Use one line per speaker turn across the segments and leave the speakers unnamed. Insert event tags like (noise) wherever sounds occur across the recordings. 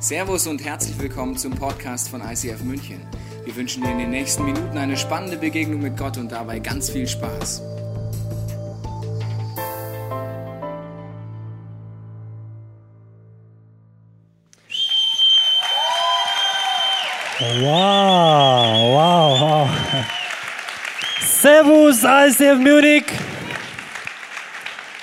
Servus und herzlich willkommen zum Podcast von ICF München. Wir wünschen dir in den nächsten Minuten eine spannende Begegnung mit Gott und dabei ganz viel Spaß.
Wow, wow, wow. Servus, ICF Munich.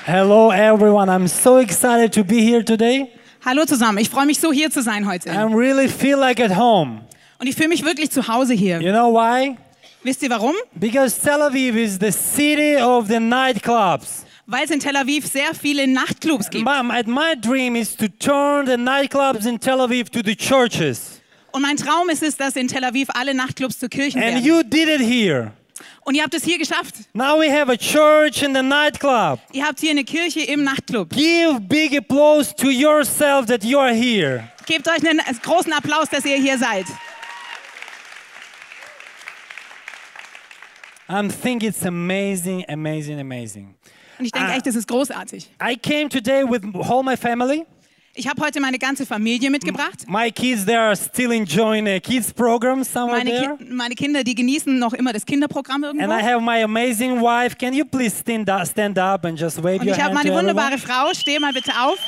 Hello, everyone. I'm so excited to be here today.
Hallo zusammen, ich freue mich so hier zu sein
I
heute.
really feel like at home.
Und ich fühle mich wirklich zu Hause hier.
You know why?
Wisst ihr warum?
Because Tel Aviv is the city of the nightclubs.
Weil es in Tel Aviv sehr viele Nachtclubs gibt.
My, my, my dream is to turn the nightclubs in Tel Aviv to the churches.
Und mein Traum ist es, dass in Tel Aviv alle Nachtclubs zu Kirchen
And
werden.
you did it here.
Und ihr habt es hier geschafft.
Now we have a church in the nightclub.
Ihr habt hier eine Kirche im Nachtclub.
Give big applause to yourself that you are here.
Gebt euch einen großen Applaus, dass ihr hier seid.
I think it's amazing, amazing, amazing.
Und ich denke
Ah.
echt, das ist großartig.
I came today with all my family.
Ich habe heute meine ganze Familie mitgebracht.
My kids, they are still enjoying a kids program somewhere
Meine,
there.
Ki meine Kinder, die genießen noch immer das Kinderprogramm
And I
irgendwo.
have my amazing wife. Can you please stand up, stand up and just wave
Und
your
ich habe
hand
meine
to
wunderbare
everyone?
Frau. Steh mal bitte auf.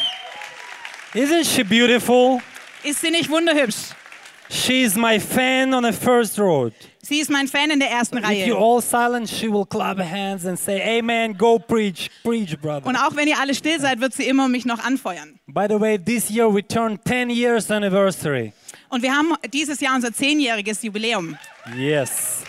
Isn't she beautiful?
Ist sie nicht wunderhübsch?
She is my fan on the first road.
Sie ist mein Fan in der ersten
If you
Reihe.
all silent, she will clap her hands and say, "Amen." Go preach, preach, brother.
Und auch wenn ihr alle still seid, wird sie immer mich noch anfeuern.
By the way, this year we turn 10 years anniversary.
Und wir haben dieses Jahr unser zehnjähriges Jubiläum.
Yes.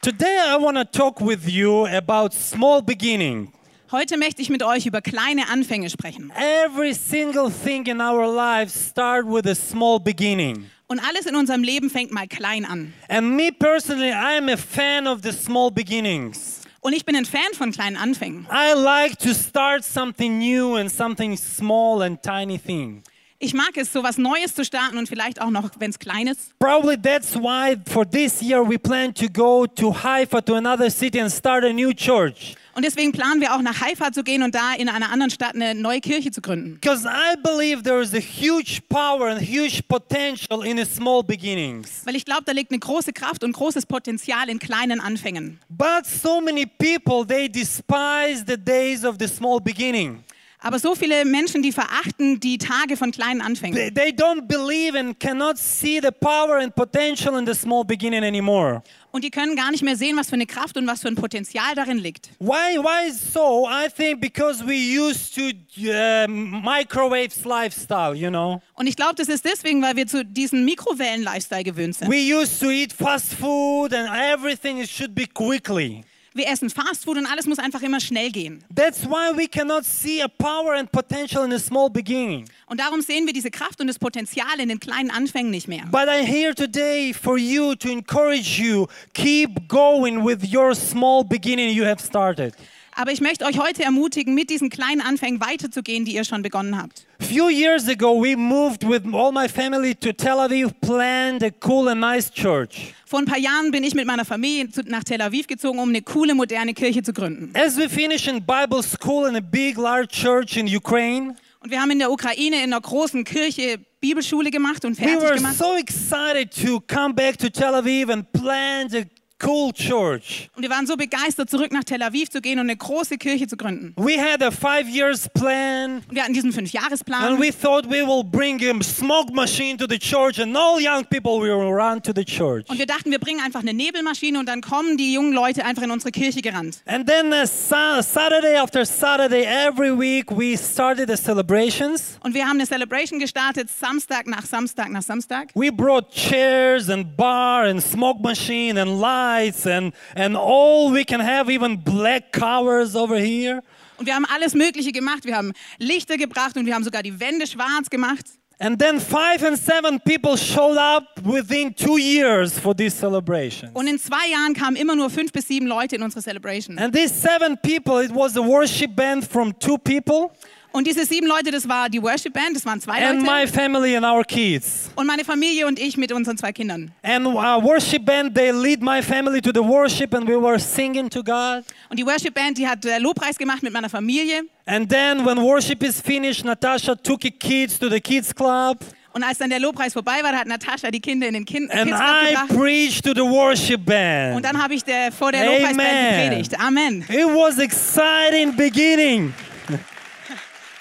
Today I want to talk with you about small beginning.
Heute möchte ich mit euch über kleine Anfänge sprechen.
Every single thing in our lives start with a small beginning.
Und alles in unserem Leben fängt mal klein an.
And me personally, I am a fan of the small beginnings.
Und ich bin ein Fan von kleinen Anfängen.
I like to start something new and something small and tiny thing.
Ich mag es, so was Neues zu starten und vielleicht auch noch, wenn es klein ist.
Probably that's why for this year we plan to go to Haifa to another city and start a new church.
Und deswegen planen wir auch nach Haifa zu gehen und da in einer anderen Stadt eine neue Kirche zu gründen.
Because I believe there is a huge power and huge potential in the small beginnings.
Weil ich glaube, da liegt eine große Kraft und großes Potenzial in kleinen Anfängen.
But so many people, they despise the days of the small beginning.
Aber so viele Menschen, die verachten die Tage von kleinen Anfängen.
They, they don't believe and cannot see the power and potential in the small beginning anymore.
Und die können gar nicht mehr sehen, was für eine Kraft und was für ein Potenzial darin liegt.
Why, why is so? I think because we used to uh, microwaves lifestyle, you know.
Und ich glaube, das ist deswegen, weil wir zu diesem Mikrowellen-Lifestyle gewöhnt sind.
We used to eat fast food and everything it should be quickly.
Wir essen Fastfood und alles muss einfach immer schnell gehen.
That's why we cannot see a power and potential in a small beginning.
Und darum sehen wir diese Kraft und das Potenzial in den kleinen Anfängen nicht mehr.
But I'm here today for you to encourage you, keep going with your small beginning you have started.
Aber ich möchte euch heute ermutigen, mit diesen kleinen Anfängen weiterzugehen, die ihr schon begonnen habt.
Few years ago, we moved with all my family to Tel Aviv, planned a cool and nice church.
Vor ein paar Jahren bin ich mit meiner Familie zu- nach Tel Aviv gezogen, um eine coole, moderne Kirche zu gründen.
As we finished in Bible school in a big, large church in Ukraine,
Und wir haben in der Ukraine in einer großen Kirche Bibelschule gemacht und
we
fertig
were
gemacht.
so excited to come back to Tel Aviv and plan a cool church.
Und wir waren so begeistert, zurück nach Tel Aviv zu gehen und eine große Kirche zu gründen.
We had a five years plan.
Und wir hatten diesen Fünfjahresplan
And we thought we will bring a smoke machine to the church and all young people will run to the church.
und wir dachten, wir bringen einfach eine Nebelmaschine und dann kommen die jungen Leute einfach in unsere Kirche gerannt.
And then uh, sa- Saturday after Saturday, every week we started the celebrations.
Und wir haben eine Celebration gestartet, Samstag nach Samstag nach Samstag.
We brought chairs and bar and smoke machine and lights and, and all we can have, even black covers over here.
Und wir haben alles Mögliche gemacht. Wir haben Lichter gebracht und wir haben sogar die Wände schwarz gemacht.
And then five and seven people showed up within two years for this celebration.
Und in zwei Jahren kamen immer nur fünf bis sieben Leute in unsere Celebration.
And these seven people, it was a worship band from two people.
Und diese sieben Leute, das war die Worship Band, das waren zwei
and my
Leute.
family and our kids.
Und meine Familie und ich mit unseren zwei Kindern.
And our worship band, they lead my family to the worship, and we were singing to God.
Und die Worship Band, die hat äh, Lobpreis gemacht mit meiner Familie.
And then when worship is finished, Natasha took the kids to the kids club,
Und als dann der Lobpreis vorbei war, da hat Natascha die Kinder in den kind Kids
and
Club
I
gebracht.
preached to the worship
Und
band.
dann habe ich der, vor der
Amen.
Lobpreisband gepredigt. Amen.
It was exciting beginning,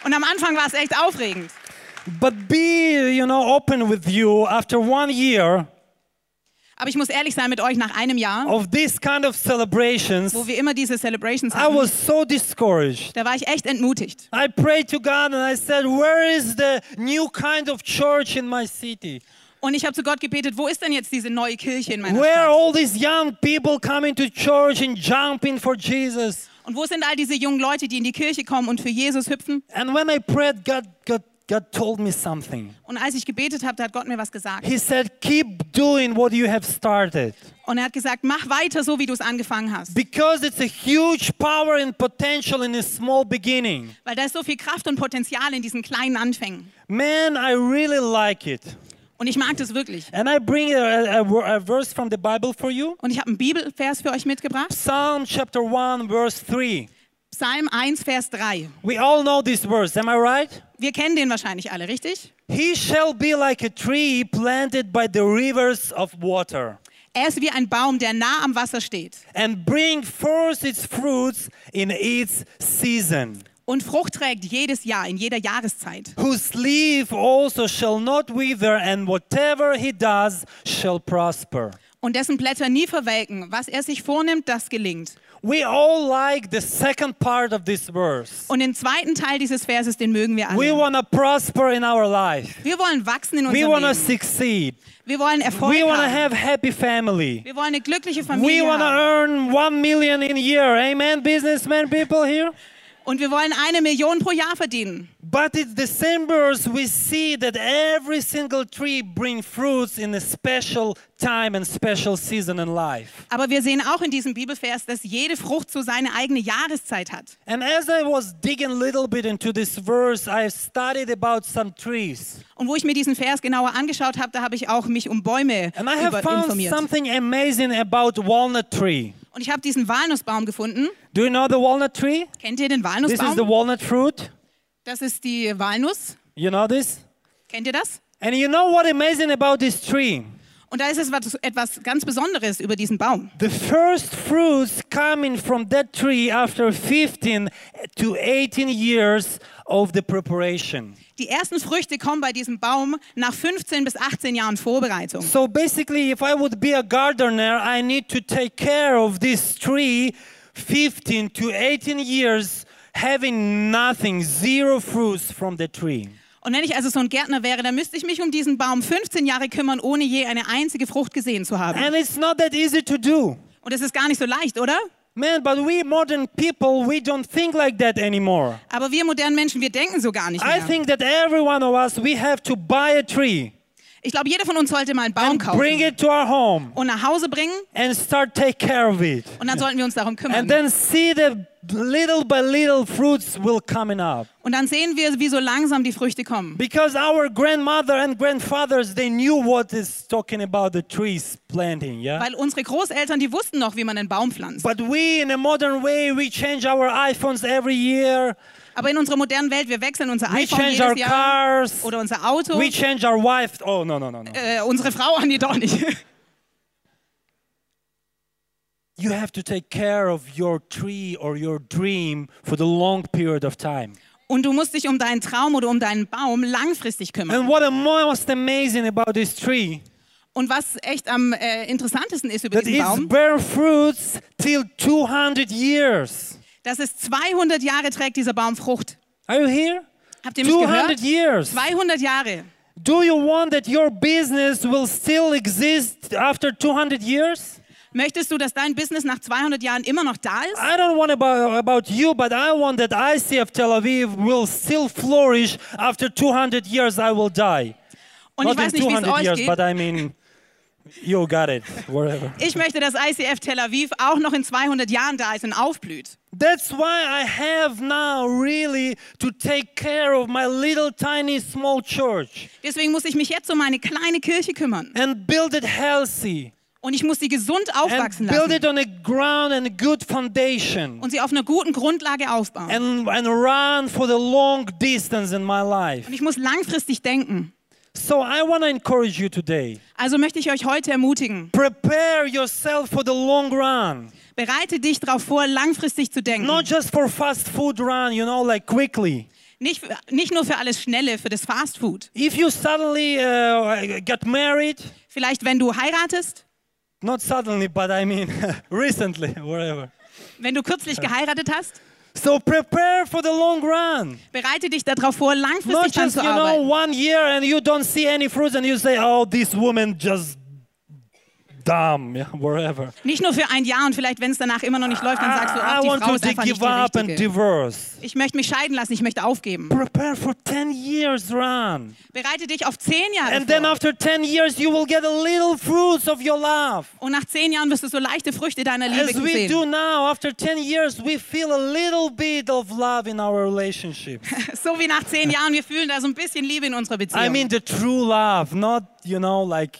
Und am Anfang war es echt aufregend.
but be you know open with you after one year
Aber ich muss ehrlich sein mit euch, nach einem Jahr,
of this kind of celebrations.
wo wir immer diese Celebrations
I
haben,
was so discouraged.
da war ich echt entmutigt.
I prayed to God and I said, Where is the new kind of church in my city?
Und ich habe zu Gott gebetet, wo ist denn jetzt diese neue Kirche in meiner
Where are
Stadt?
all these young people coming to church and jumping for Jesus?
Und wo sind all diese jungen Leute, die in die Kirche kommen und für Jesus hüpfen?
And when I prayed, God, God, God told me something.
Und als ich gebetet habe, da hat Gott mir was gesagt.
He said, Keep doing what you have started
Und er hat gesagt, mach weiter so, wie du es angefangen hast.
because it's a huge power and potential in a small beginning.
Weil da ist so viel Kraft und Potenzial in diesen kleinen Anfängen.
Man, I really like it.
Und ich mag das wirklich.
And I bring a, a- a- a verse from the Bible for you
Und ich habe einen Bibelvers für euch mitgebracht.
Psalm chapter 1, verse 3.
Psalm 1, Vers 3.
We all know this verse, am I right?
Wir kennen den wahrscheinlich alle, richtig?
He shall be like a tree planted by the rivers of water
Er ist wie ein Baum, der nah am Wasser steht
and bring forth its fruits in its season,
und Frucht trägt jedes Jahr, in jeder Jahreszeit.
whose leaf also shall not wither, and whatever he does shall prosper.
Und dessen Blätter nie verwelken. Was er sich vornimmt, das gelingt.
We all like the second part of this verse.
Und den zweiten Teil dieses Verses, den mögen wir alle.
We want to prosper in our life.
wir wollen wachsen in
We
unserem
want to
Leben.
succeed.
Wir wollen Erfolg
We want to
haben.
have happy family.
wir wollen eine glückliche
We
Familie
want to
haben.
earn 1 million in a year. Amen, businessmen people here.
Und wir wollen eine Million pro Jahr verdienen.
But in December's we see that every single tree brings fruits in a special time and special season in life.
Aber wir sehen auch in diesem Bibelvers, dass jede Frucht so seine eigene Jahreszeit hat.
And as I was digging a little bit into this verse, I studied about some trees.
Und wo ich mir diesen Vers genauer angeschaut habe, da habe ich auch mich um Bäume
And I have
über
found
informiert.
something amazing about walnut tree.
Und ich habe diesen Walnussbaum gefunden.
Do you know the walnut tree?
Kennt ihr den
This is
Walnussbaum?
the walnut fruit.
das ist die Walnuss.
You know this?
Kennt ihr das?
And you know what amazing about this tree?
Und da ist es was, etwas ganz Besonderes über diesen Baum.
The first fruits coming from that tree after 15 to 18 years of the preparation.
Die ersten Früchte kommen bei diesem Baum nach 15 bis 18 Jahren Vorbereitung.
So basically, if I would be a gardener, I need to take care of this tree 15 to 18 years, having nothing, zero fruits from the tree.
Und wenn ich also so ein Gärtner wäre, dann müsste ich mich um diesen Baum 15 Jahre kümmern, ohne je eine einzige Frucht gesehen zu haben.
And it's not that easy to do.
Und das ist gar nicht so leicht, oder?
Man, but we modern people, we don't think like that anymore.
Aber wir modernen Menschen, wir denken so gar nicht
I
mehr.
think that every one of us, we have to buy a tree
Ich glaube, jeder von uns sollte mal einen Baum
and bring
kaufen
it to our home.
und nach Hause bringen
and start take care of it
und dann sollten wir uns darum kümmern.
and then see the little by little fruits will coming up
Und dann sehen wir, wie so langsam die Früchte kommen.
because our grandmother and grandfathers they knew what is talking about the trees planting yeah
Weil unsere Großeltern, die wussten noch, wie man einen Baum pflanzt.
but we in a modern way we change our iphones every year
Aber in unserer modernen Welt, wir wechseln unser
we
iPhone
change our
jedes Jahr
cars
oder unser Auto.
we change our wife oh no no no no
Äh, unsere Frau an die doch nicht. (laughs)
you have to take care of your tree or your dream for the long period of time
Und du musst dich um deinen Traum oder um deinen Baum langfristig kümmern.
and what the most amazing about this tree
Und was echt am äh, interessantesten ist über
that
diesen
it
Baum,
bear fruits till 200 years.
dass es 200 Jahre trägt dieser Baum Frucht.
Are you here?
Habt ihr mich
200
gehört?
years.
200 Jahre.
Do you want that your business will still exist after 200 years?
Möchtest du, dass dein Business nach 200 Jahren immer noch da ist?
I don't want about, about you, but I want that ICF Tel Aviv will still flourish after 200 years. I will die.
Und
Not
ich weiß
in
nicht, wie es
200
euch
years,
geht.
but I mean You got it, whatever.
Ich möchte, dass ICF Tel Aviv auch noch in 200 Jahren da ist und aufblüht.
That's why I have now really to take care of my little tiny small church
Deswegen muss ich mich jetzt um meine kleine Kirche kümmern.
and build it healthy
Und ich muss sie gesund
and
aufwachsen
build
lassen
it on a ground and a good foundation
und sie auf einer guten Grundlage aufbauen.
and, and run for the long distance in my
Und
life.
ich muss langfristig denken.
So I want to encourage you today.
Also möchte ich euch heute ermutigen,
Prepare yourself for the long run,
bereite dich darauf vor, langfristig zu denken.
not just for fast food run, you know, like quickly.
Nicht, für- nicht nur für alles Schnelle, für das Fast Food.
If you suddenly uh, get married,
Vielleicht, wenn du heiratest,
not suddenly, but I mean (laughs) recently, (laughs) whatever.
wenn du kürzlich geheiratet hast,
So prepare for the long run,
bereite dich darauf vor,
not
langfristig dran
just
zu
you know
arbeiten.
one year and you don't see any fruits and you say, oh, this woman just dumb, (laughs) yeah, whatever.
Nicht nur für ein Jahr und vielleicht, wenn es danach immer noch nicht läuft, dann sagst du,
I, I
oh, die
want
Frau
to
ist
de-
einfach nicht
give
die
up and
Richtige.
divorce.
Ich möchte mich scheiden lassen, ich möchte aufgeben.
Prepare for 10 years run.
Bereite dich auf zehn Jahre
And then
vor.
after 10 years, you will get a little fruits of your love.
Und nach zehn Jahren wirst du so leichte Früchte deiner Liebe
As we
sehen.
do now, after 10 years, we feel a little bit of love in our relationship.
So wie nach zehn Jahren, wir fühlen da so ein bisschen Liebe in unserer Beziehung.
I mean, the true love, not, you know, like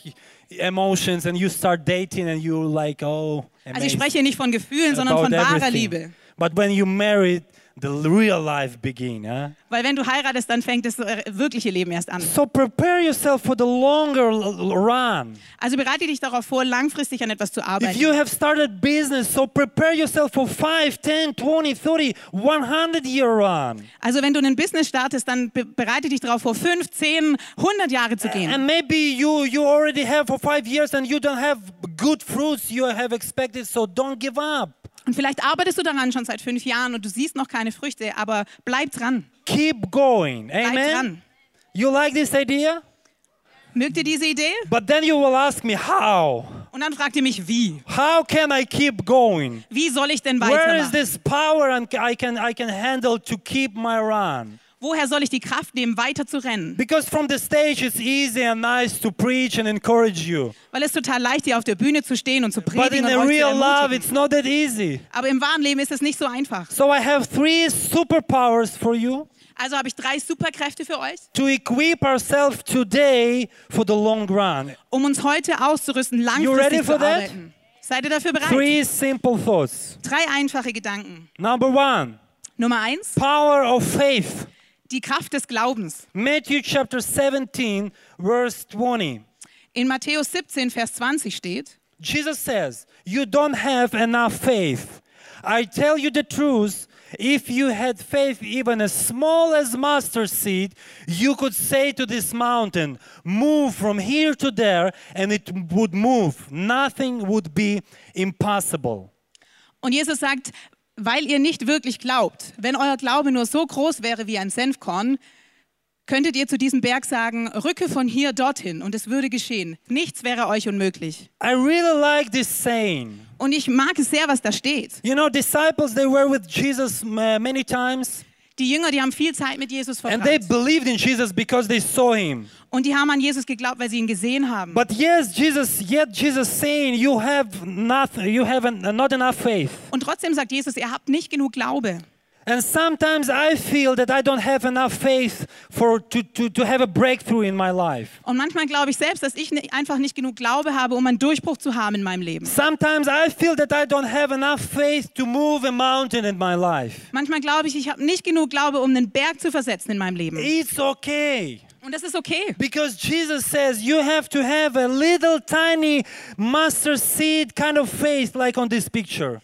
emotions and you start dating and you're like, oh,
also
amazed
ich spreche hier nicht von Gefühlen, sondern
about
von wahrer
everything.
Liebe.
But when you marry, the real life begin, huh?
Weil wenn du heiratest, dann fängt das äh, wirkliche Leben erst an.
So prepare yourself for the longer l- l- run.
Also bereite dich darauf vor, langfristig an etwas zu
If you
arbeiten.
have started business, so prepare yourself for 5, 10, 20, 30, 100 year run.
Also wenn du ein Business startest, dann be bereite dich darauf vor, fünf, zehn, 100 Jahre zu gehen.
And maybe you you already have for 5 years and you don't have good fruits you have expected, so don't give up.
Und vielleicht arbeitest du daran schon seit fünf Jahren und du siehst noch keine Früchte, aber bleib dran.
Keep going.
Bleib
Amen.
dran.
You like this idea?
Mögt ihr diese Idee?
But then you will ask me how?
Und dann fragt ihr mich, wie?
How can I keep going?
Wie soll ich denn
Where is
weitermachen?
this power and I can I can handle to keep my run?
Woher soll ich die Kraft nehmen, weiter zu rennen?
Because from the stage it's easy and nice to preach and encourage you.
Weil es total leicht hier auf der Bühne zu stehen und zu
But in
predigen und
the
euch zu
real love,
ermutigen.
it's not that easy.
Aber im wahren Leben ist es nicht so einfach.
So I have three superpowers for you
Also habe ich drei Superkräfte für euch,
to equip ourselves today for the long run.
um uns heute auszurüsten,
ready
langfristig zu
for that?
arbeiten. Seid ihr dafür bereit?
Three simple thoughts.
Drei einfache Gedanken.
Number one,
Nummer eins,
power of faith.
die Kraft des Glaubens.
Matthew chapter 17, verse 20.
In Matthäus 17, Vers 20 steht,
Jesus says, You don't have enough faith. I tell you the truth. If you had faith even as small as mustard seed, you could say to this mountain, Move from here to there, and it would move. Nothing would be impossible.
und Jesus sagt, weil ihr nicht wirklich glaubt, wenn euer Glaube nur so groß wäre wie ein Senfkorn, könntet ihr zu diesem Berg sagen, rücke von hier dorthin und es würde geschehen. Nichts wäre euch unmöglich.
I really like this saying.
Und ich mag es sehr, was da steht.
You know, disciples, they were with Jesus ma- many times,
Die Jünger, die haben viel Zeit mit Jesus
and they
verbracht.
believed in Jesus because they saw him.
Und die haben an Jesus geglaubt, weil sie ihn gesehen haben.
But yes, Jesus, yet Jesus saying, you have nothing, you have an, not enough faith.
Und trotzdem sagt Jesus, ihr habt nicht genug Glaube.
And sometimes I feel that I don't have enough faith for to, to, to have a breakthrough in my life.
Und manchmal glaube ich selbst, dass ich ni- einfach nicht genug Glaube habe, um einen Durchbruch zu haben in meinem Leben.
Sometimes I feel that I don't have enough faith to move a mountain in my life.
Manchmal glaube ich, ich habe nicht genug Glaube, um einen Berg zu versetzen in meinem Leben.
It's okay.
Und das ist okay.
Because Jesus says you have to have a little tiny mustard seed kind of faith, like on this picture.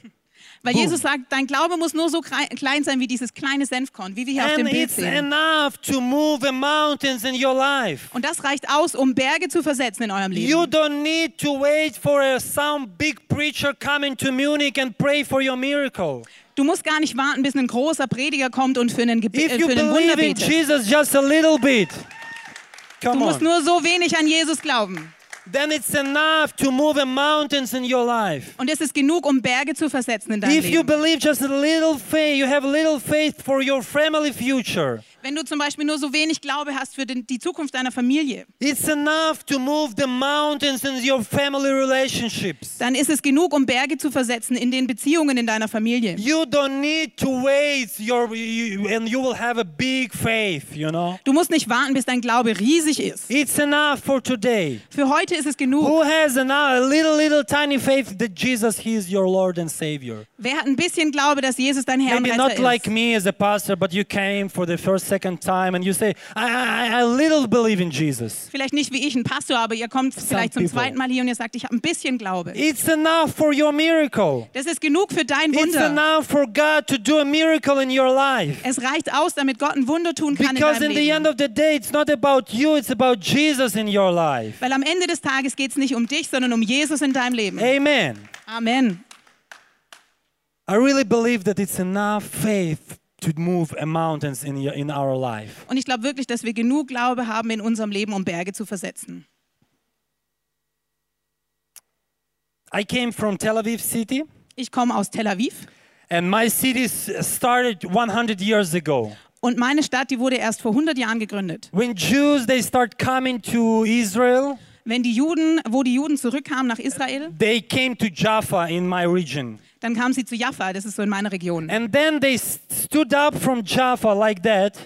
Weil Jesus sagt, dein Glaube muss nur so krei- klein sein wie dieses kleine Senfkorn, wie wir hier auf dem
And
Bild
it's
sehen.
enough to move a mountains in your life.
Und das reicht aus, um Berge zu versetzen in eurem Leben.
You don't need to wait for uh, some big preacher coming to Munich and pray for your miracle.
Du musst gar nicht warten, bis ein großer Prediger kommt und für einen, Gebe
If
äh,
you
für einen Wunder
believe in
betet.
Jesus just a little bit,
Du
come
musst
on,
nur so wenig an Jesus glauben.
then it's enough to move a mountains in your life.
Und es ist genug, um Berge zu versetzen in deinem
If you
Leben.
believe just a little faith, you have little faith for your family future.
Wenn du zum Beispiel nur so wenig Glaube hast für den, die Zukunft deiner Familie,
It's enough to move the mountains in your family relationships.
dann ist es genug, um Berge zu versetzen in den Beziehungen in deiner Familie.
You don't need to wait your you, and you will have a big faith, you know.
Du musst nicht warten, bis dein Glaube riesig ist.
It's enough for today.
Für heute ist es genug.
Who has enough, a little little tiny faith that Jesus he is your Lord and Savior?
Wer hat ein bisschen Glaube, dass Jesus dein Herr und
Maybe not
Retter
like
ist?
me as a pastor, but you came for the first second time and you say, I I, I little believe in Jesus.
Vielleicht nicht wie ich, ein Pastor, aber ihr kommt vielleicht zum
people.
zweiten Mal hier und ihr sagt, ich habe ein bisschen Glaube.
It's enough for your miracle.
Das ist genug für dein
It's
Wunder.
enough for God to do a miracle in your life.
Es reicht aus, damit Gott ein Wunder tun kann in
Because
deinem
in the end
Leben.
of the day, it's not about you, it's about Jesus in your life.
Weil am Ende des Tages geht es nicht um dich, sondern um Jesus in deinem Leben.
Amen.
Amen.
I really believe that it's enough faith to move a mountains in, your, in our life.
Und ich glaube wirklich, dass wir genug Glaube haben in unserem Leben, um Berge zu versetzen.
I came from Tel Aviv city,
Ich komme aus Tel Aviv
and my city s- started 100 years ago.
und meine Stadt, die wurde erst vor 100 Jahren gegründet.
When Jews, they start coming to Israel,
Wenn die Juden, wo die Juden zurückkamen nach Israel,
they came to Jaffa in my region.
dann kamen sie zu Jaffa, das ist so in meiner Region.
And then they s- stood up from Jaffa like that,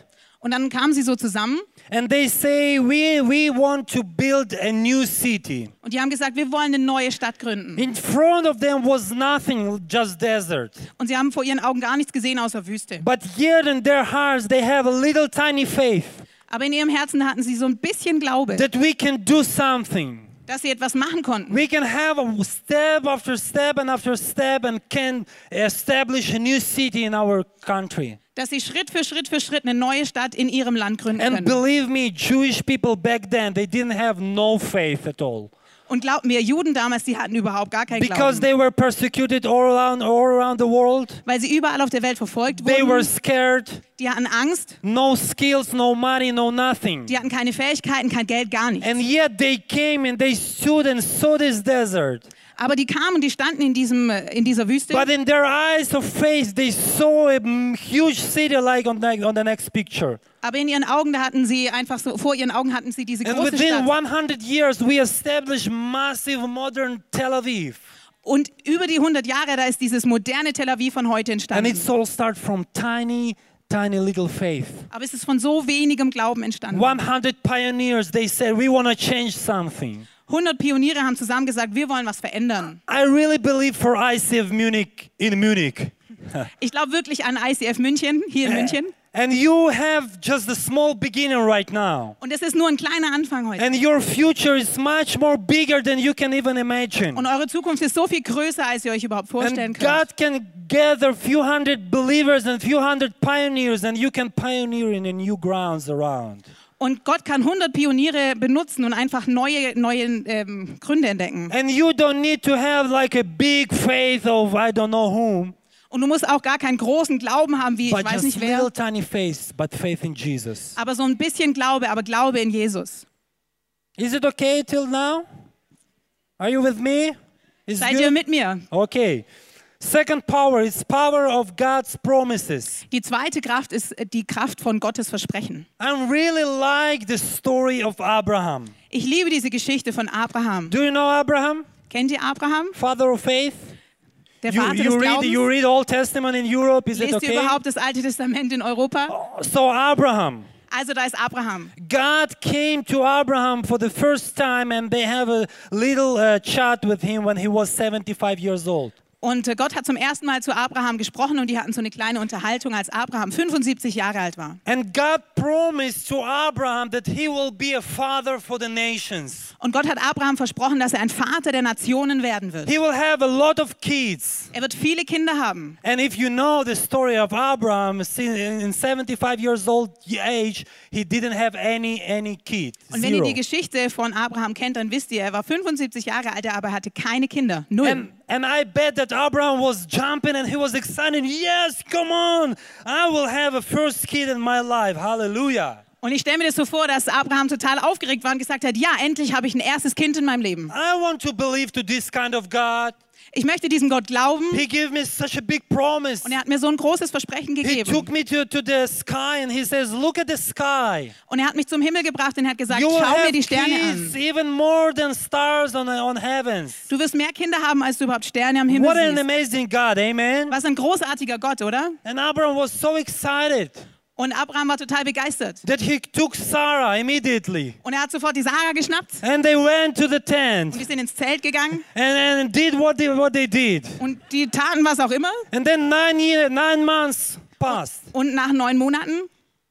Und dann kamen sie so zusammen
and they say, we, we want to build a new city.
und die haben gesagt, wir wollen eine neue Stadt gründen.
In front of them was nothing, just desert.
Und sie haben vor ihren Augen gar nichts gesehen außer Wüste.
But yet in their hearts they have a little tiny faith
Aber in ihrem Herzen hatten sie so ein bisschen Glaube,
that we can do something.
dass sie etwas machen konnten.
We can have a step after step and after step and can establish a new city in our country.
Dass sie Schritt für Schritt für Schritt eine neue Stadt in ihrem Land gründen
And
können.
believe me, Jewish people back then, they didn't have no faith at all.
Und glaubt mir, Juden damals, die hatten überhaupt gar keinen
Because
Glauben.
they were persecuted all around, all around the world.
Weil sie überall auf der Welt verfolgt
They were
wurden.
scared,
Die hatten Angst,
no skills, no money, no nothing.
die hatten keine Fähigkeiten, kein Geld, gar nichts.
And yet they came and they stood and saw this desert.
Aber die kamen, die standen in, diesem, äh, in dieser Wüste.
But in their eyes of faith, they saw a mm, huge city like on the, on the next picture.
Aber in ihren Augen, da hatten sie einfach so, vor ihren Augen hatten sie diese
And
große
within
Stadt.
100 years, we established massive modern Tel Aviv.
Und über die 100 Jahre, da ist dieses moderne Tel Aviv von heute
And
entstanden.
it's all start from tiny, tiny little faith.
Aber es ist von so wenigem Glauben entstanden.
100 pioneers, they said, we want to change something.
100 Pioniere haben zusammen gesagt, wir wollen was verändern.
I really believe for ICF Munich in Munich.
Ich glaube wirklich an ICF München, hier
Äh.
in München.
And you have just a small beginning right now.
Und es ist nur ein kleiner Anfang heute.
And your future is much more bigger than you can even imagine.
Und eure Zukunft ist so viel größer, als ihr euch überhaupt vorstellen
And God
könnt.
can gather few hundred believers and few hundred pioneers, and you can pioneer in the new grounds around.
Und Gott kann 100 Pioniere benutzen und einfach neue, neue ähm, Gründe entdecken.
And you don't need to have like a big faith of I don't know whom,
Und du musst auch gar keinen großen Glauben haben, wie ich
but
weiß
just
nicht wer.
little tiny faith, but faith in Jesus.
Aber so ein bisschen Glaube, aber Glaube in Jesus.
Is it okay till now? Are you with me? Is
Seid
good?
ihr mit mir?
Okay. Second power is power of God's promises.
Die zweite Kraft ist äh, die Kraft von Gottes Versprechen.
I really like the story of Abraham.
Ich liebe diese Geschichte von Abraham.
Do you know Abraham,
Kennt ihr Abraham?
father of faith?
Der
You,
Vater
you,
des
read,
Glaubens.
you read Old Testament in Europe, is it
Lest ihr
okay? Oh.
überhaupt das Alte Testament in Europa?
So Abraham,
Also da ist Abraham.
God came to Abraham for the first time and they have a little uh, chat with him when he was 75 years old.
Und äh, Gott hat zum ersten Mal zu Abraham gesprochen und die hatten so eine kleine Unterhaltung, als Abraham 75 Jahre alt war.
And God promised to Abraham that he will be a father for the nations.
Und Gott hat Abraham versprochen, dass er ein Vater der Nationen werden wird.
He will have a lot of kids.
Er wird viele Kinder haben.
And if you know the story of Abraham, see, in in 75 years old age, he didn't have any any kid.
Und wenn ihr die
Zero.
Geschichte von Abraham kennt, dann wisst ihr, er war 75 Jahre alt, aber er hatte keine Kinder. Null.
And, and I bet that Abraham was jumping and he was excited. Yes, come on. I will have a first kid in my life. Hallelujah.
Und ich stelle mir das so vor, dass Abraham total aufgeregt war und gesagt hat, ja, endlich habe ich ein erstes Kind in meinem Leben.
I want to believe to this kind of God.
Ich möchte diesem Gott glauben
He gave me such a big promise.
und er hat mir so ein großes Versprechen
He
gegeben.
took me to, to the sky and he says, Look at the sky.
Und er hat mich zum Himmel gebracht und er hat gesagt,
You will
schau mir
have
die Sterne
kids
an.
even more than stars on, on heavens.
Du wirst mehr Kinder haben, als du überhaupt Sterne am Himmel
What an
siehst.
amazing God, amen.
Was ein großartiger Gott, oder?
And Abraham was so excited
Und Abraham war total begeistert.
that he took Sarah immediately.
Und er hat sofort die Sarah geschnappt
And they went to the
und
tent
die sind ins Zelt gegangen
and, and did what they, what they did.
und die taten was auch immer.
And then nine, year, nine months passed.
Und nach neun Monaten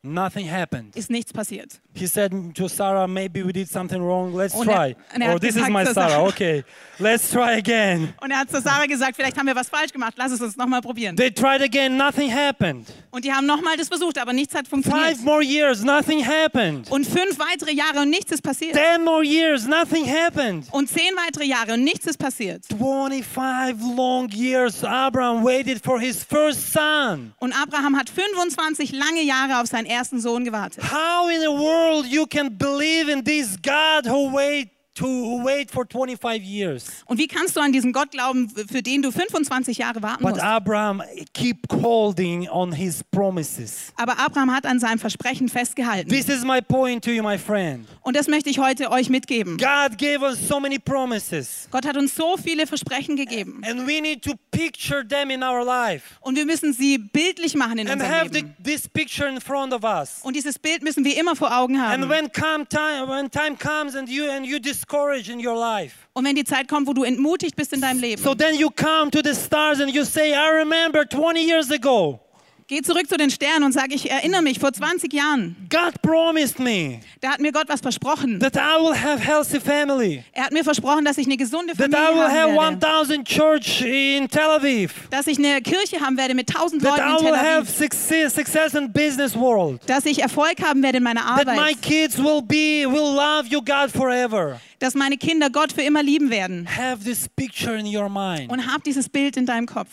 Nothing happened.
ist nichts passiert.
He said to Sarah, maybe we did something wrong. Let's
Und er-
try.
und er
oh,
hat
this is
gesagt
my
zu
Sarah.
Sarah-
Okay, let's try again.
Und er hat zu Sarah gesagt, vielleicht haben wir was falsch gemacht, lass es uns nochmal probieren.
They tried again. Nothing happened.
Und die haben nochmal das versucht, aber nichts hat funktioniert.
Five more years. Nothing happened.
Und fünf weitere Jahre und nichts ist passiert.
Ten more years. Nothing happened.
Und zehn weitere Jahre und nichts ist passiert.
25 long years Abraham waited for his first son.
Und Abraham hat 25 lange Jahre auf seinen ersten Sohn gewartet.
How in the world you can believe in this God who wait to who wait for 25 years?
Und wie kannst du an diesen Gott glauben, für den du 25 Jahre warten
But
musst?
Abraham keep holding on his promises.
Aber Abraham hat an seinem Versprechen festgehalten.
This is my point to you my friend.
Und das möchte ich heute euch mitgeben.
God gave us so many promises
Gott hat uns so viele Versprechen gegeben.
and we need to picture them in our life
Und wir müssen sie bildlich machen in
and
unserem
have the,
Leben.
this picture in front of us.
Und dieses Bild müssen wir immer vor Augen
And
haben.
when come time when time comes and you and you discourage in your life
Und wenn die Zeit kommt, wo du entmutigt bist in deinem Leben,
So then you come to the stars and you say, I remember 20 years ago,
geh zurück zu den Sternen und sag, ich erinnere mich, vor 20 Jahren,
God promised me
da hat mir Gott was versprochen.
that I will have healthy family,
Er hat mir versprochen, dass ich eine gesunde
that I will
Familie
have
haben werde.
1,000 church in Tel Aviv,
Dass ich eine Kirche haben werde mit tausend
that
Leuten in
I will
Tel
have
Aviv.
success, success in business world,
Dass ich Erfolg haben werde in meiner
that my
Arbeit.
kids will be, will love you, God, forever.
Dass meine Kinder Gott für immer lieben werden.
Have this picture in your mind.
Und hab dieses Bild in deinem Kopf.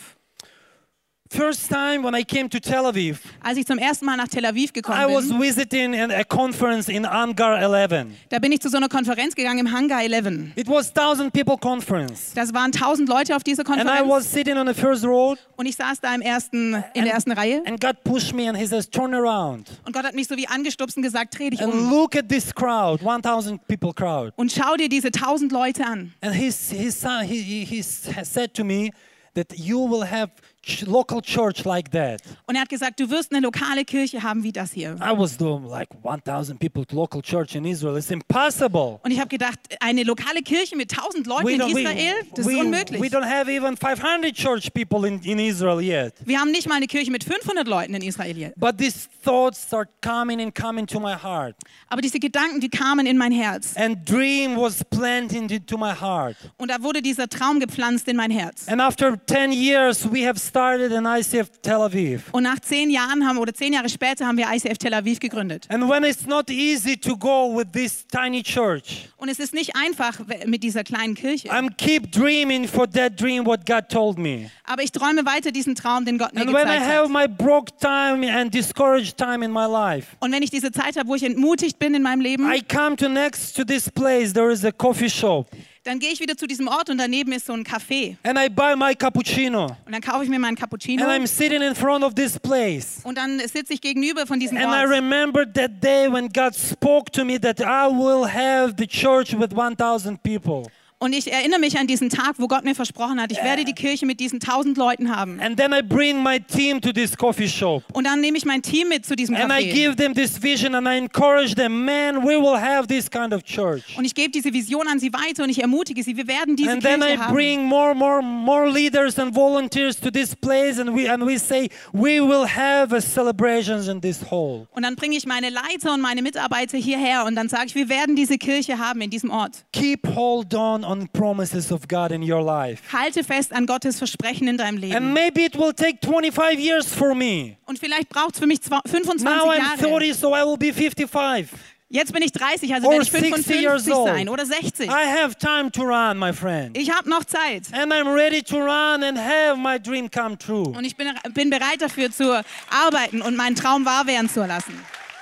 First time when I came to Tel Aviv,
Als ich zum ersten Mal nach Tel Aviv
I
gekommen
was
bin,
visiting an- a conference in Angar 11.
da bin ich zu so einer Konferenz gegangen im Hangar 11.
It was 1,000 people conference.
Das waren tausend Leute auf dieser
And I
Konferenz
was sitting on the first row
und ich saß da im ersten, in der ersten Reihe
And God pushed me and he says, turn around
und Gott hat mich so wie angestupst und gesagt, dreh dich
and
um
look at this crowd, 1,000 people crowd.
und schau dir diese tausend Leute an.
And his, his son, he, he, he s- has said to me that you will have ch- local church like that.
Und er hat gesagt, du wirst eine lokale Kirche haben wie das hier.
I was doing like 1,000 people to local church in Israel. It's impossible.
Und ich habe gedacht, eine lokale Kirche mit tausend Leuten in Israel, eh? das ist
we, we
unmöglich.
don't have even 500 church people in, in Israel yet.
Wir haben nicht mal eine Kirche mit 500 Leuten in Israel. hier.
But these thoughts start coming and coming to my heart.
Aber diese Gedanken, die kamen in mein Herz.
And dream was planted into my heart.
Und da wurde dieser Traum gepflanzt in mein Herz.
And after 10 years, we have started an ICF Tel Aviv.
Und nach zehn Jahren haben, oder zehn Jahre später haben wir ICF Tel Aviv gegründet.
And when it's not easy to go with this tiny church,
Und es ist nicht einfach we- mit dieser kleinen Kirche.
I'm keep dreaming for that dream what God told me.
Aber ich träume weiter diesen Traum, den Gott mir
And when I
gezeigt
have
hat.
my broke time and discouraged time in my life,
Und wenn ich diese Zeit habe, wo ich entmutigt bin in meinem Leben,
I come to next to this place. There is a coffee shop,
dann gehe ich wieder zu diesem Ort und daneben ist so ein Café.
and I buy my cappuccino,
Und dann kaufe ich mir meinen Cappuccino
and I'm sitting in front of this place.
und dann sitze ich gegenüber von diesem
And I
Ort.
remember that day when God spoke to me that I will have the church with 1,000 people.
Und ich erinnere mich an diesen Tag, wo Gott mir versprochen hat, ich werde die Kirche mit diesen tausend Leuten haben.
And then I bring my team to this coffee shop.
Und dann nehme ich mein Team mit zu diesem
And I
Café.
give them this vision and I encourage them, man, we will have this kind of church.
Und ich gebe diese Vision an sie weiter und ich ermutige sie, wir werden diese
And then
Kirche
I
haben.
bring more, more, more leaders and volunteers to this place and we and we say we will have a celebrations in this hall.
Und dann bringe ich meine Leiter und meine Mitarbeiter hierher und dann sage ich, wir werden diese Kirche haben in diesem Ort.
Keep hold on on promises of God in your life.
Halte fest an Gottes Versprechen in deinem
And
Leben.
maybe it will take 25 years for me.
Und vielleicht braucht es für mich zwa- 25
Now I'm
Jahre.
30, so I will be 55.
Jetzt bin ich 30, also
Or
werde ich
60 years
55
old.
sein oder 60.
I have time to run, my friend.
Ich habe noch Zeit.
And I'm ready to run and have my dream come true.
Und ich bin, bin bereit dafür zu arbeiten und meinen Traum wahr werden zu lassen.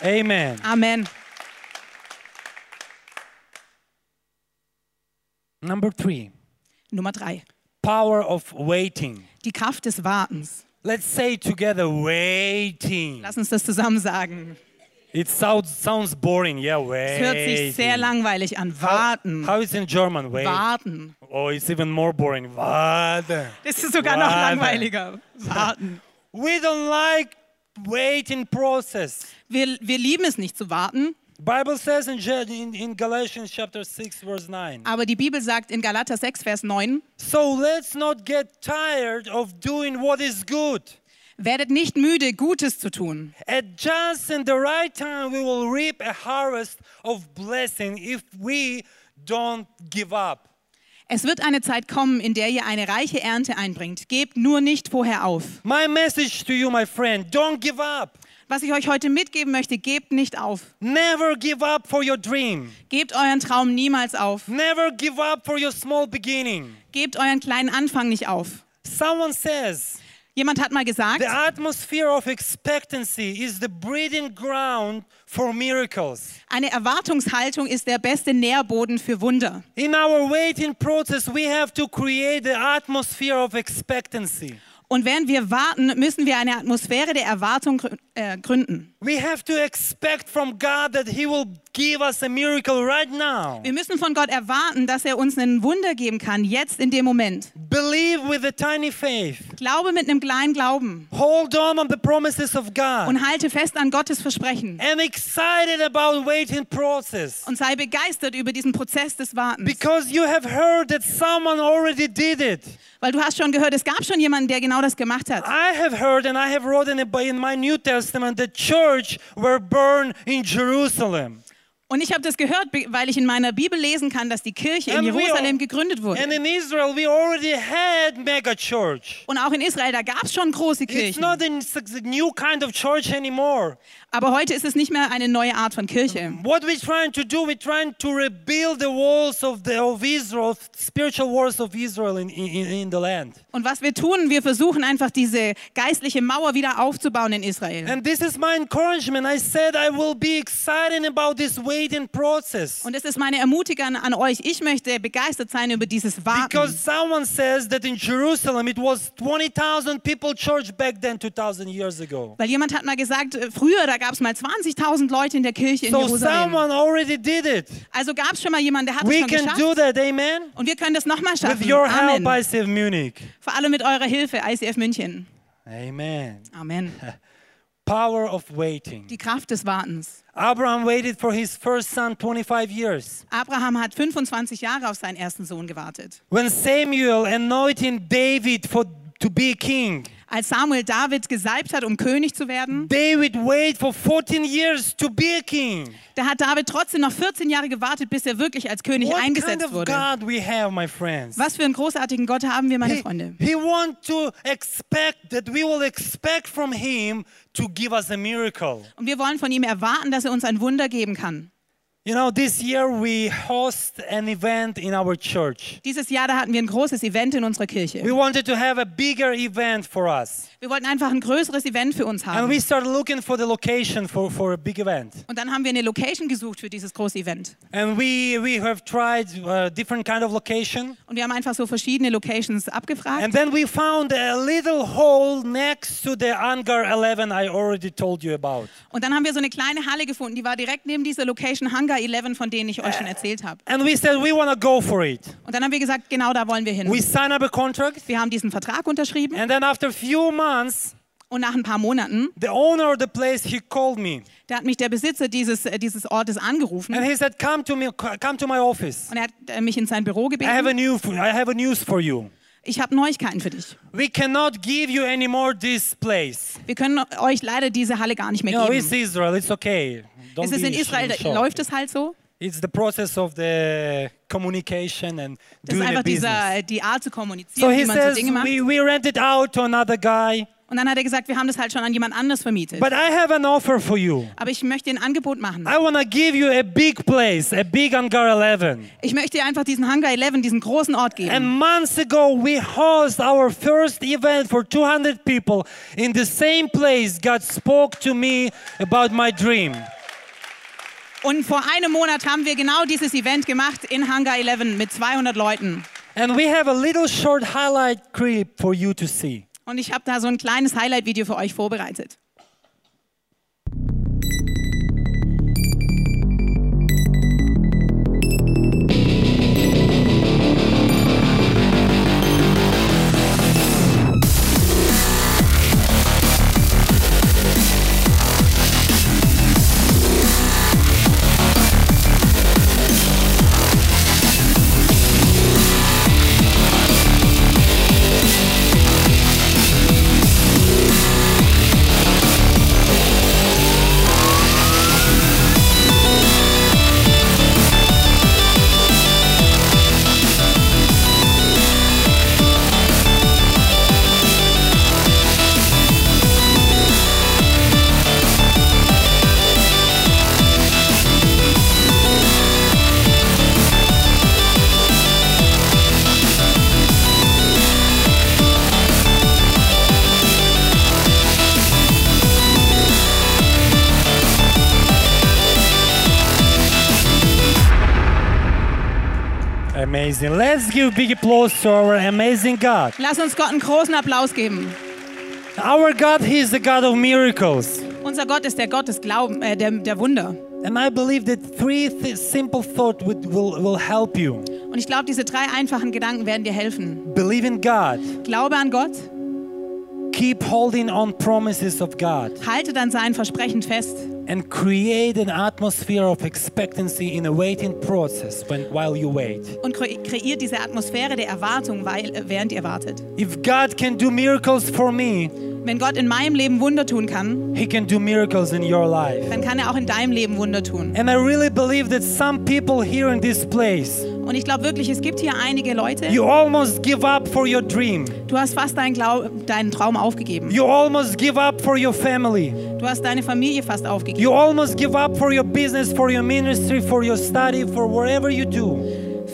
Amen.
Amen.
Number three,
Nummer drei.
power of waiting.
Die Kraft des Wartens.
Let's say together, waiting.
Lass uns das zusammen sagen.
It sounds, sounds boring, yeah,
Es hört sich sehr
waiting.
langweilig an.
How,
Warten.
how is in German, wait?
Warten.
Oh, it's even more boring. Warten.
Das ist sogar noch
Warten.
langweiliger. Warten.
We don't like waiting process.
Wir, wir lieben es nicht zu warten,
Bible says in, Ge- in, in Galatians chapter 6 verse 9.
aber die Bibel sagt in Galater 6, Vers 9,
So let's not get tired of doing what is good.
werdet nicht müde, Gutes zu tun.
At just in the right time we will reap a harvest of blessing if we don't give up.
Es wird eine Zeit kommen, in der ihr eine reiche Ernte einbringt. Gebt nur nicht vorher auf.
My message to you my friend, don't give up.
Was ich euch heute mitgeben möchte, gebt nicht auf.
Never give up for your dream.
Gebt euren Traum niemals auf.
Never give up for your small beginning.
Gebt euren kleinen Anfang nicht auf.
Someone says,
Jemand hat mal gesagt,
The atmosphere of expectancy is the breeding ground for miracles.
eine Erwartungshaltung ist der beste Nährboden für Wunder.
In our waiting process, we have to create the atmosphere of expectancy.
Und während wir warten, müssen wir eine Atmosphäre der Erwartung grü- äh, gründen.
We have to expect from God that He will give us a miracle right now.
Wir müssen von Gott erwarten, dass er uns ein Wunder geben kann, jetzt in dem Moment.
Believe with a tiny faith.
Glaube mit einem kleinen Glauben
Hold on on the promises of God.
und halte fest an Gottes Versprechen
And excited about waiting process.
und sei begeistert über diesen Prozess des Wartens.
Because you have heard that someone already did it.
Weil du hast schon gehört, es gab schon jemanden, der genau das gemacht hat.
I have heard and I have wrote in, the, in my New Testament the church were burned in Jerusalem.
Und ich habe das gehört, be- weil ich in meiner Bibel lesen kann, dass die Kirche in
And we
Jerusalem
all-
gegründet
And
wurde.
in Israel we already had mega church.
Und auch in Israel, da gab es schon große
It's
Kirchen.
not a s- new kind of church anymore.
Aber heute ist es nicht mehr eine neue Art von Kirche.
What we're trying to do, we're trying to rebuild the walls of the of Israel, spiritual walls of Israel in, in, in the land.
Und was wir tun, wir versuchen einfach diese geistliche Mauer wieder aufzubauen in Israel.
And this is my encouragement. I said I will be excited about this waiting process.
Und es ist meine Ermutigung an euch. Ich möchte begeistert sein über dieses
Because
Warten.
someone says that in Jerusalem it was 20,000 people church back then 2,000 years ago.
Weil jemand hat mal gesagt, äh, früher, da gab es mal 20.000 Leute in der Kirche in
So
Jerusalem.
someone already did it.
Also gab es schon mal jemanden, der hat es
We
schon
can
geschafft.
do that, amen?
Und wir können das nochmal schaffen.
With your help,
Amen.
ICF Munich.
Vor allem mit eurer Hilfe, ICF München.
Amen. (laughs)
Amen.
Power of waiting.
Die Kraft des Wartens.
Abraham waited for his first son 25 years.
Abraham hat 25 Jahre auf seinen ersten Sohn gewartet.
When Samuel anointed David for to be king,
Als Samuel David gesalbt hat, um König zu werden,
David waited for 14 years to be a king.
da hat David trotzdem noch 14 Jahre gewartet, bis er wirklich als König
What kind
eingesetzt
of
wurde.
God we have, my friends?
Was für einen großartigen Gott haben wir, meine
He-
Freunde.
He want to expect that we will expect from him to give us a miracle.
Und wir wollen von ihm erwarten, dass er uns ein Wunder geben kann.
You know, this year we host an event in our church.
Dieses Jahr, da hatten wir ein großes Event in unserer
We
Kirche.
wanted to have a bigger event for us.
Wir wollten einfach ein größeres Event für uns
And
haben.
we started looking for the location for, for a big event.
Und dann haben wir eine Location gesucht für dieses große Event.
And we, we have tried uh, different kind of location.
Und wir haben einfach so verschiedene Locations
And
abgefragt.
then we found a little hole next to the Hangar 11 I already told you about.
Und dann haben wir so eine kleine Halle gefunden, die war direkt neben dieser Location Hangar 11, von denen ich euch
Äh.
schon erzählt habe.
And we said we want to go for it.
Und dann haben wir gesagt, genau da wollen wir hin.
We signed up a contract.
Wir haben diesen Vertrag unterschrieben
And then after a few months,
und nach ein paar Monaten,
the owner of the place he called me
da hat mich der Besitzer dieses, äh, dieses Ortes angerufen
and
und
he said, "Come to me, come to my office.
er hat äh, mich in sein Büro
I have a
gebeten.
new, I have a news for you.
Ich habe Neuigkeiten für dich.
We cannot give you anymore this place.
Wir können euch leider diese Halle gar nicht mehr
You know, it's
geben.
Israel. It's okay. Don't
Es ist
be
in Israel,
sh- shocked.
da läuft es halt so.
It's the process of the communication and
Das ist
doing the
einfach
business."
dieser, die Art zu kommunizieren,
So
wie
he
man so
says,
Dinge macht.
we, we rent it out to another guy.
Und dann hat er gesagt, wir haben das halt schon an jemand anders vermietet.
But I have an offer for you.
Aber ich möchte dir ein Angebot machen.
I want to give you a big place, a big Hangar 11.
Ich möchte dir einfach diesen Hangar 11, diesen großen Ort geben.
And months ago, we host our first event for 200 people in the same place. God spoke to me about my dream.
Und vor einem Monat haben wir genau dieses Event gemacht in Hangar 11 mit 200 Leuten.
And we have a little short highlight clip for you to see.
Und ich habe da so ein kleines Highlight-Video für euch vorbereitet.
Amazing. Let's give big applause to our amazing God.
Lass uns Gott einen großen Applaus geben.
Our God, He is the God of miracles.
Unser Gott ist der Gott des Glauben, äh, der, der Wunder.
And I believe that three th- simple thoughts would, will, will help you.
Und ich glaube, diese drei einfachen Gedanken werden dir helfen.
Believe in God.
Glaube an Gott,
Keep holding on promises of God.
halte an sein Versprechen fest
And create an atmosphere of expectancy in a waiting process when, while you wait.
und kre- kreiert diese Atmosphäre der Erwartung, weil, äh, während ihr wartet.
If God can do miracles for me,
Wenn Gott in meinem Leben Wunder tun kann,
He can do miracles in your life.
dann kann er auch in deinem Leben Wunder tun.
And I really believe that some people here in this place,
Und ich glaube wirklich, es gibt hier einige Leute,
you almost give up for your dream.
du hast fast deinen, Glau deinen Traum aufgegeben.
You almost give up for your family.
Du hast deine Familie fast aufgegeben.
You almost give up for your business, for your ministry, for your study, for whatever you do.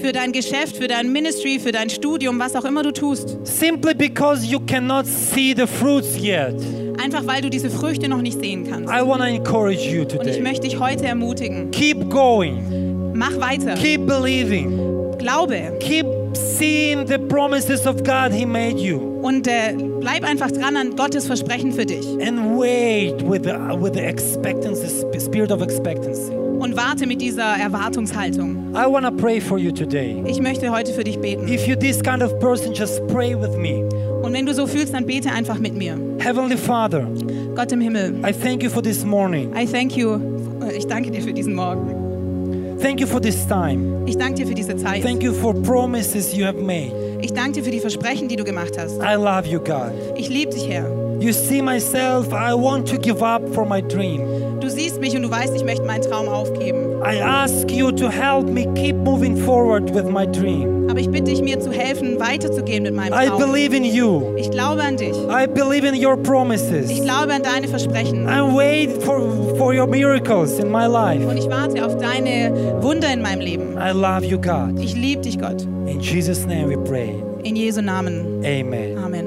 Für dein Geschäft, für dein Ministry, für dein Studium, was auch immer du tust.
Simply because you cannot see the fruits yet.
Einfach weil du diese Früchte noch nicht sehen kannst.
I want to encourage you
Und ich
today.
möchte dich heute ermutigen.
Keep going.
Mach weiter.
Keep believing.
Glaube.
Keep seeing the promises of God He made you.
Und äh, bleib einfach dran an Gottes Versprechen für dich.
And wait with the, with the expectancy, sp- spirit of expectancy.
Und warte mit dieser Erwartungshaltung.
I want to pray for you today.
Ich möchte heute für dich beten.
If you're this kind of person, just pray with me.
Und wenn du so fühlst, dann bete einfach mit mir.
Heavenly Father,
Gott im Himmel,
I thank you for this morning.
I thank you. Ich danke dir für diesen Morgen.
Thank you for this time.
Ich danke dir für diese Zeit.
Thank you for promises you have made.
Ich danke dir für die Versprechen, die du gemacht hast.
I love you, God.
Ich liebe dich, Herr.
You see myself, I want to give up for my dream.
Du siehst mich und du weißt, ich möchte meinen Traum aufgeben.
I ask you to help me keep moving forward with my dream.
Aber ich bitte dich, mir zu helfen, weiterzugehen mit meinem
I
Traum.
believe in you.
Ich glaube an dich.
I believe in your
Ich
promises.
glaube an deine Versprechen.
I'm waiting for, for your miracles in my life.
Und ich warte auf deine Wunder in meinem Leben.
I love you, God.
Ich liebe dich, Gott.
In Jesus' name we pray.
In Jesu Namen.
Amen.
Amen.
Amen.